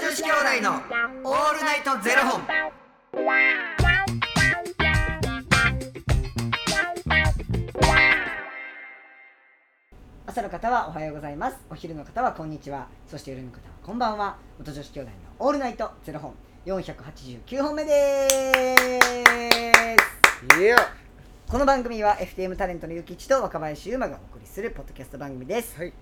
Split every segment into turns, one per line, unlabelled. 子兄弟のオールナイトゼロ本。
朝の方はおはようございますお昼の方はこんにちはそして夜の方はこんばんは元女子兄弟のオールナイトゼロ本489本目です
いや
この番組は FTM タレントのゆきちと若林優馬がお送りするポッドキャスト番組です
はい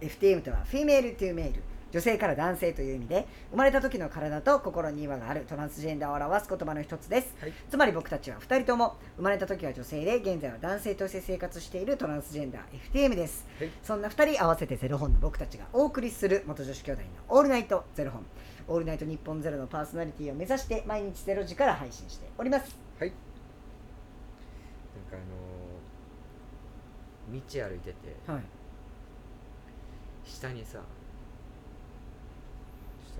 FTM とはフィメールというメール女性から男性という意味で生まれた時の体と心に違和があるトランスジェンダーを表す言葉の一つです、
はい
つまり僕たちは2人とも生まれた時は女性で現在は男性として生活しているトランスジェンダー FTM です、
はい
そんな2人合わせてゼロ本の僕たちがお送りする元女子兄弟の「オールナイトゼロ本」「オールナイト日本ゼロのパーソナリティを目指して毎日ゼロ時から配信しております
はいなんかあのー道歩いてて
はい
下にさ、ちょっと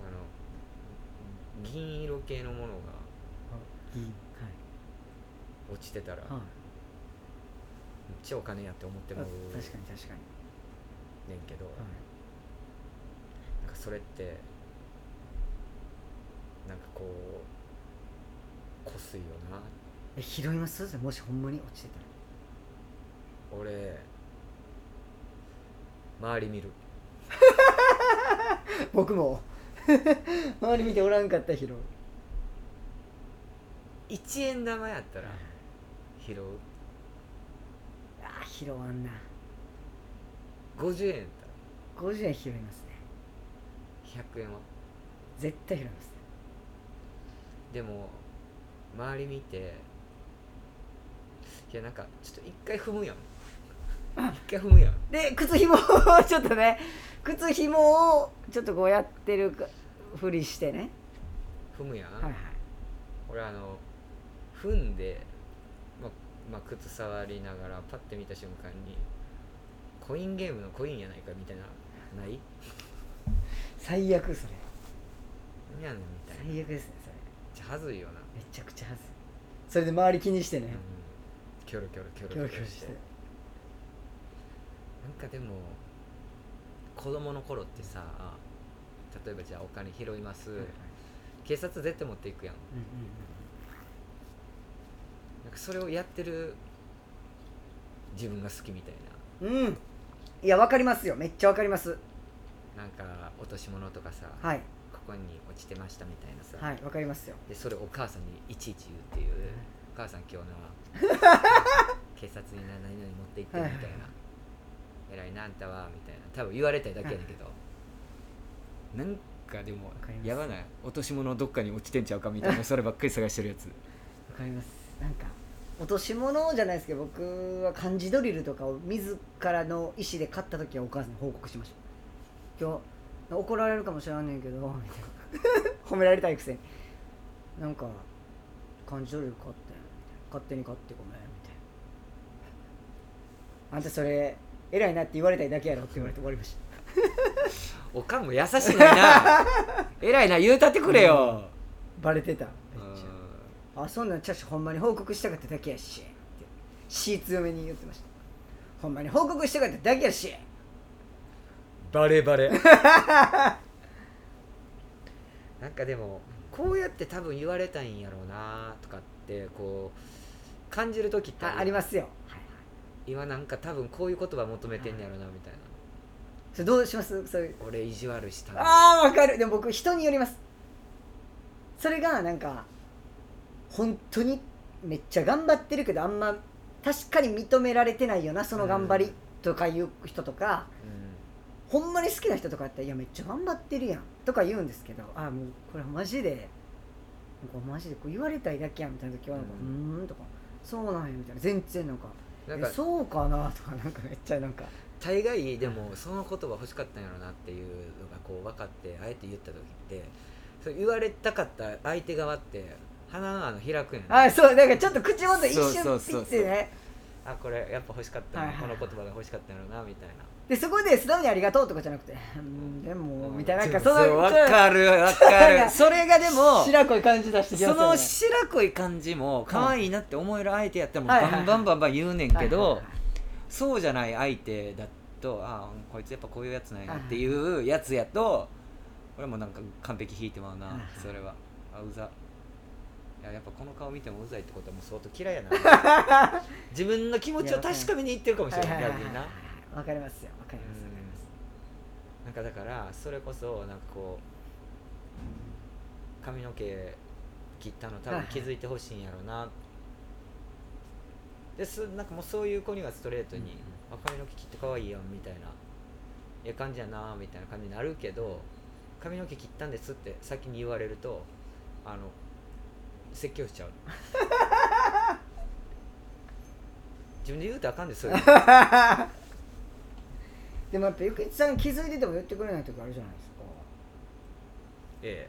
あの銀色系のものが落ちてたら、めっちゃお金やって思ってもうねん
確かに確かに、
けど、なんかそれってなんかこうこすいよな
え拾いますそれもしほんまに落ちてたら
俺周り見る
僕も 周り見ておらんかったヒロ
1円玉やったら拾う
ああ拾わんな
50円やったら
50円拾いますね
100円は
絶対拾いますね
でも周り見ていやなんかちょっと一回踏むやん一回踏むやん
で靴ひもを ちょっとね靴ひもをちょっとこうやってるかふりしてね
踏むやん、
はいはい
俺あの踏んで、ままあ、靴触りながらパッて見た瞬間にコインゲームのコインやないかみたいなない
最悪それ
何やねんみたいなめ
最
っ
悪ですねそれ
ちゃはずいよな、
めちゃくちゃはずいそれで周り気にして
う
ね
ん、キョロキョロキョロ
キョロキョロし
しててなんかでも子供の頃ってさ例えばじゃあお金拾います、
はいはい
警察絶対持っていくやん
うんうん
なんかそれをやってる自分が好きみたい
うんうんいやわかりますよめっちゃわかります
ななんか落とし物とかさ、
はい
ここに落ちてましたみたいなさ、
はいわかりますよ
でそれをお母さんにいちいち言うっていう、お母さん今日 な警察にな何々持って行ってみたいな、偉いなあんたはみたいな多分言われたいだけやねんけど、なんかでも
かります
やばない落とし物どっかに落ちてんちゃうかみた いなそればっかり探してるやつ
わかりますなんか落とし物じゃないですけど僕は漢字ドリルとかを自らの意思で買った時はお母さんに報告しました今日怒られるかもしれんねんけど みたいな褒められたいくせになんか漢字ドリル買って勝手に買ってごめんみたいなあんたそれ偉いなって言われたいだけやろって言われて終わりました
おかんも優し いな偉いな言うたってくれよ、
バレてためっ
うん
ちゃあそんなんチャッシュほんまに報告したかっただけやしってシー強めに言ってましたほんまに報告したかっただけやし
バレバレ なんかでもこうやって多分言われたいんやろうなとかってこう感じる時って
あありますすよ
今なんか多分こういう言葉求めてんやろうなみたいな、
それどうしますそれ
俺意地悪したな
ああわかるでも僕人によりますそれがなんか本当にめっちゃ頑張ってるけどあんま確かに認められてないよなその頑張りとかいう人とか、ほんまに好きな人とかやったら「いやめっちゃ頑張ってるやん」とか言うんですけど「あもうこれマジでなんかマジでこう言われたいだけや」みたいな時はなんか「う
う
ーん」とか「そうなんや」みたいな全然なんか「
うん、
え
なんか
そうかな」とかなんかめっちゃなんか
大概でもその言葉欲しかったんやろうなっていうのがこう分かってあえて言った時ってそれ言われたかった相手側って鼻の穴開くんやん
あそうなんかちょっと口元一
そ
瞬
う
ピ
そ
ッ
うそうそう
てね
あこれやっぱ欲しかったな、
はいはいはい
この言葉が欲しかったんやろうなみたいな
でそこで素直に「ありがとう」とかじゃなくて「うんでも」みたいななんか
そ
その
うわかるわか
なん
る
か
それがでも
白子い感じ出してき
その
ますよね
白濃い感じも可愛いなって思える相手やったらも
はいはいは
うバ
い
ンバンバンバン言うねんけ
はいは
ど
いはい
そうじゃない相手だとあこいつやっぱこういうやつなんやっていうやつやと俺もなんか完璧引いてまうな
はいはい
それはあうざいややっぱこの顔見てもうざいってことはもう相当嫌いやな 自分の気持ちを確かめにいってるかもしれな
はい
い
はいは
逆
い
にな
はいわかりますよわかりますわかります
うんなんかだからそれこそなんかこう髪の毛切ったの多
はい
分
はい
気づいてほしいんやろうなですなんかもうそういう子にはストレートに「あ髪の毛切って可愛いやん」みたいな「ええ感じやな」みたいな感じになるけど髪の毛切ったんですって先に言われるとあの説教しちゃう自分で言うとあかんでそういうの
でもやっぱゆくいちさん気づいてても言ってくれない時あるじゃないですか
え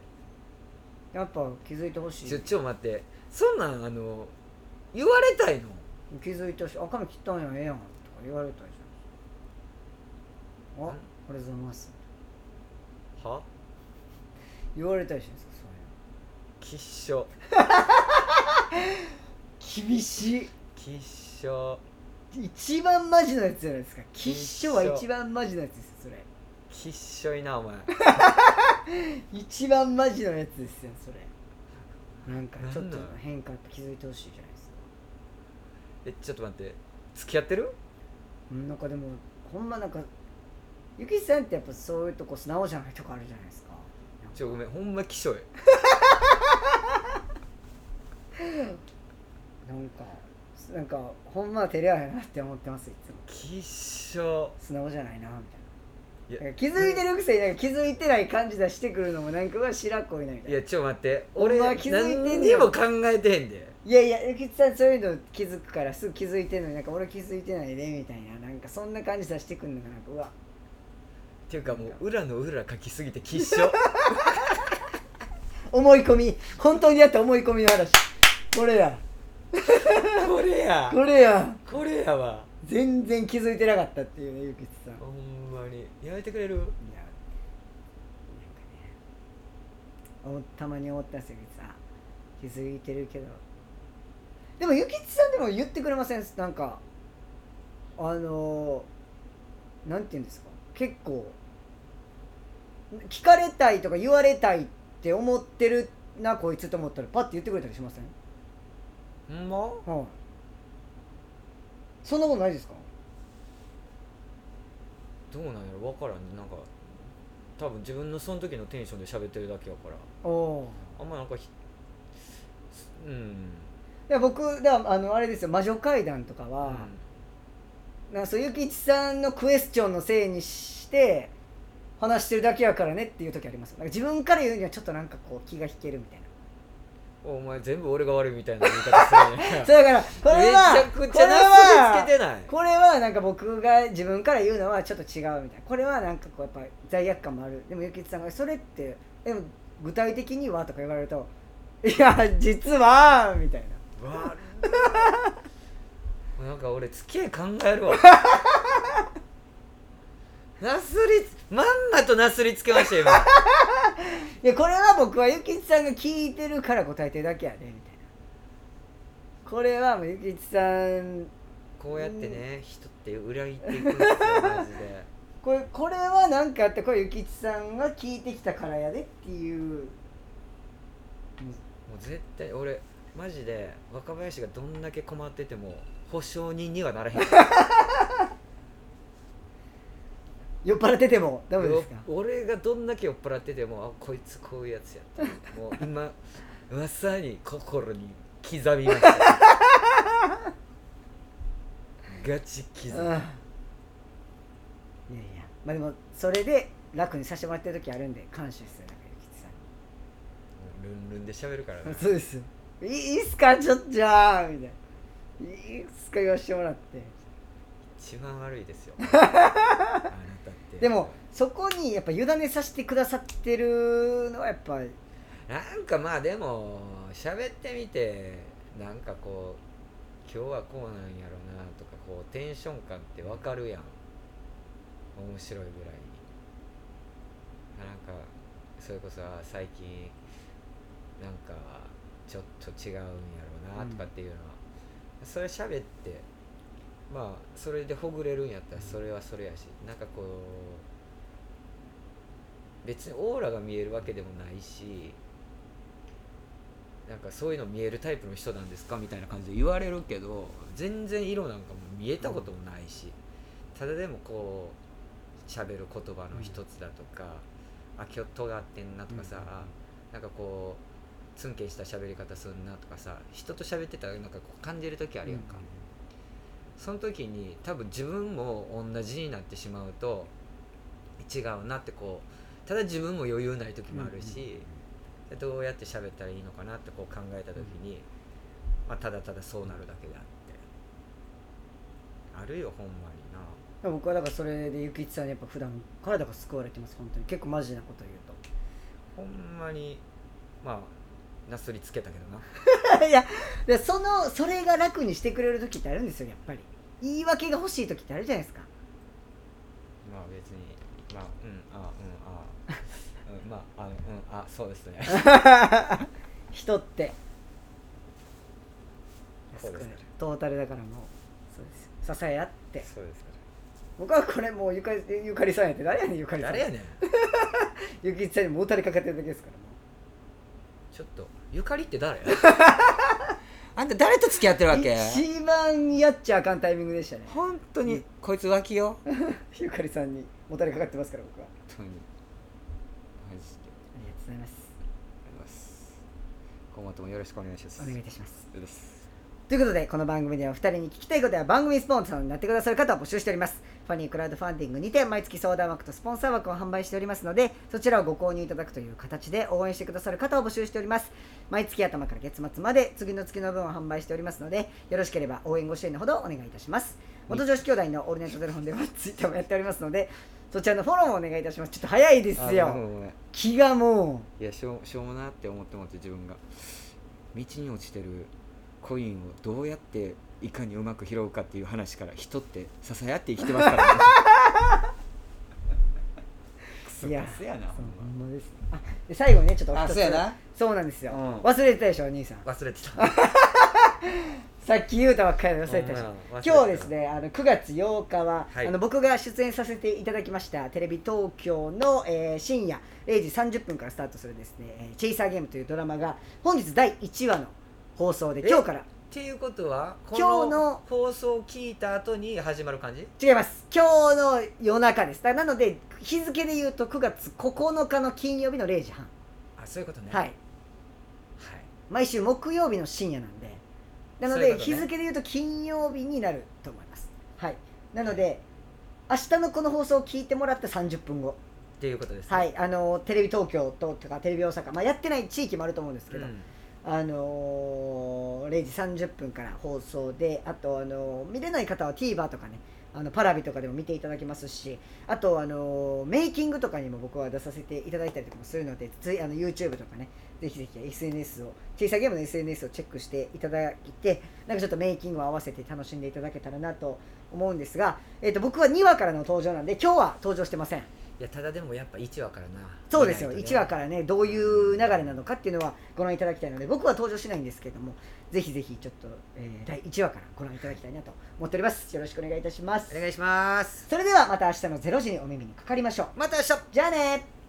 え
やっぱ気づいてほしい
ちょちょ待ってそんなんあの言われたいの
気づいてほしい「あ髪切ったんやええやん」とか言われたりじゃんあありがとうございます
は
言われたりしないですかそういう
きっしょ
の厳しい
きっしょ
一番マジなやつじゃないですか吉祥は一番マジなやつですよそれ
きっしょいなお前
一番マジなやつですよそれなんかちょっと
なんなん
変化って気づいてほしいじゃないですか
えちょっと待って付き合ってる
うんなんかでもほんまなんかゆきさんってやっぱそういうとこ素直じゃないとこあるじゃないですか
ちょごめんほんまきっしょい
なんかなんかほんまは照れ屋やなって思ってますいつも
きっしょ
素直じゃないなみたい
いや
ななんか気づいてるくせになんか気づいてない感じ出してくるのもなんかは白っこいなみたい
い
な
やちょっと待って
ほん
俺
まは気づいてんねや
何にも考えてへんで
いやいや、ゆきつさんそういうの気づくからすぐ気づいてんのになんか俺気づいてないでみたいななんかそんな感じさしてくんのがなんかうわ
っていうかもう裏の裏書きすぎてきっしょ
思い込み本当にあった思い込みの話これや
これや
これや
これやわ
全然気づいてなかったっていうねゆきつさんい
ほんまにやめてくれる
やなんかねおたまに思ったんですよゆきつさん気づいてるけどでもゆきつさんでも言ってくれませんなんかあのー、なんて言うんですか結構聞かれたいとか言われたいって思ってるなこいつと思ったらパッて言ってくれたりしません
ほんま
はいそんなことないですか
どうなんやろ分からんなんか多分自分のその時のテンションで喋ってるだけやから
おお
あんまなんかひうん
で僕だからあのあれですよ魔女階段とかは、なんかそうゆきちさんのクエスチョンのせいにして話してるだけやからねっていう時ありますよなんか自分から言うにはちょっとなんかこう気が引けるみたいな
うんお前全部俺が悪いみたいな言い方する ね
そうだからこれは
めちゃくちゃなすりつけてない
これはなんか僕が自分から言うのはちょっと違うみたいなこれはなんかこうやっぱ罪悪感もあるでもゆきちさんが「それってでも具体的には?」とか言われると「いや実は」みたいな
悪いなんか俺付き合い考え るわなすりつまんまとなすりつけましたよ今
いやこれは僕はゆきちさんが聞いてるから答えてるだけやねみたいなこれはもうゆきちさん
こうやってね人って裏切っていくんですよマジで
これこれは何かあってこれゆきちさんが聞いてきたからやでっていう
もう絶対俺マジで若林がどんだけ困ってても保証人にはならへん
酔っ払っててもダメですか
よ俺がどんだけ酔っ払っててもあこいつこういうやつやったもう今 まさに心に刻みました ガチ刻
うんい
み
やいやまあでもそれで楽にさせてもらってる時あるんで感謝ですよなんかゆきちさんに
ルンルンで喋るからね
そうですいいっすかちょっとじゃあみたいないいっすか言わせてもらって
一番悪 いですよあなたって
でもそこにやっぱ委ねさせてくださってるのはやっぱ
なんかまあでも喋ってみてなんかこう今日はこうなんやろなとかこうテンション感ってわかるやん面白いぐらいにあなんかそれこそあ最近なんかちょっと違うんやろなとかっていうのは、それ喋ってまあそれでほぐれるんやったらそれはそれやし、なんかこう別にオーラが見えるわけでもないしなんかそういうの見えるタイプの人なんですかみたいな感じで言われるけど全然色なんかも見えたこともないし、ただでもこう喋る言葉の一つだとか、あ今日尖ってんなとかさ、
うん
なんかこうツンケンした喋り方すんなとかさ人と喋ってたらなんかこう感じる時あるやんか、その時に多分自分も同じになってしまうと違うなってこうただ自分も余裕ない時もあるし、でどうやって喋ったらいいのかなってこう考えた時に、まあ、ただただそうなるだけであってあるよほんまにな
僕はだからそれでゆきちさんにやっぱ普段からだから救われてます本当に結構マジなこと言
ほんまにまあなすりつけたけどな
うといやでそのそれが楽にしてくれる時ってあるんですよやっぱり言い訳が欲しい時ってあるじゃないですか
まあ別にまあうんあ うんあうんまああうんあそうですね
人って
そうですね
トータルだからもうそうですよ支え合って
そうですか
僕はこれもうゆかゆかりさんやって誰やねんゆかりさん
誰やねん
ゆきちさんにもたれかかってるだけですからも
ちょっとゆかりって誰 あんた誰と付き合ってるわ
う
け
一番やっちゃあかんタイミングでしたね
本当にこいつ浮気よ本
ゆかりさんにもたれかかってますから僕は
当にマ
あ
ジで
りがとうございます
ありがとうございます今後ともよろしくお願いします。
お願いいたします
うです
ということで、この番組ではお二人に聞きたいことや番組スポンサーになってくださる方を募集しております。ファニークラウドファンディングにて毎月相談枠とスポンサー枠を販売しておりますので、そちらをご購入いただくという形で応援してくださる方を募集しております。毎月頭から月末まで次の月の分を販売しておりますので、よろしければ応援ご支援のほどお願いいたします。元女子兄弟のオールナイトゼロ本ではツイッターもやっておりますので、そちらのフォローもお願いいたします。ちょっと早いです
あごめ
よ。
んごめん
気がも
いやしょうしょうもなって思ってもって自分が道に落ちてるコインをどうやっていかにうまく拾うかっていう話から人って支え合って生きてますからね。クソ
いや
クソやな
う、
ほん
ほん
ま
まです。あ、で最後にね、ちょっとお一つ
あそうやな
そうなんですよ。
うん
忘れてたでしょ、お兄さん。
忘れてた。
さっき言うたばっかりで忘れてたし
うん忘れ
今
てた
日ですねあの9月8日は、
はい
あの僕が出演させていただきましたテレビ東京の、えー深夜0時30分からスタートするですね「えーチェイサーゲーム」というドラマが本日第1話の放送で
え
今日から
っていうことは
今日の
放送を聞いた後に始まる感じ
違います今日の夜中ですだなので日付で言うと9月9日の金曜日の0時半、
あそういうことね。
は
はい
い毎週木曜日の深夜なんでなの
そうい
で
うこと
日
ね
付で言うと金曜日になると思いますはいなので明日のこの放送を聞いてもらった30分後
っていうことですね、
はいあのテレビ東京ととかテレビ大阪、まあ、やってない地域もあると思うんですけ
う
ど、
ん
あのー0時30分から放送であと、あのー見れない方は TVer とかねあのパラビとかでも見ていただけますしあと、あのーメイキングとかにも僕は出させていただいたりとかもするのでついあの YouTube とかねぜひぜひ SNS を小さいゲームの SNS をチェックしていただいてなんかちょっとメイキングを合わせて楽しんでいただけたらなと思うんですが、えっと僕は2話からの登場なんで今日は登場してません。
いやただでもやっぱ1話からな。
そうですよ、
見ないと
1話からね、どういう流れなのかっていうのはご覧いただきたいので、僕は登場しないんですけども、ぜひぜひちょっと、えー第1話からご覧いただきたいなと思っております。よろしくお願いいたします
お。願いします。
それではまた明日の0時にお耳にかかりましょう。
また明日
じゃあね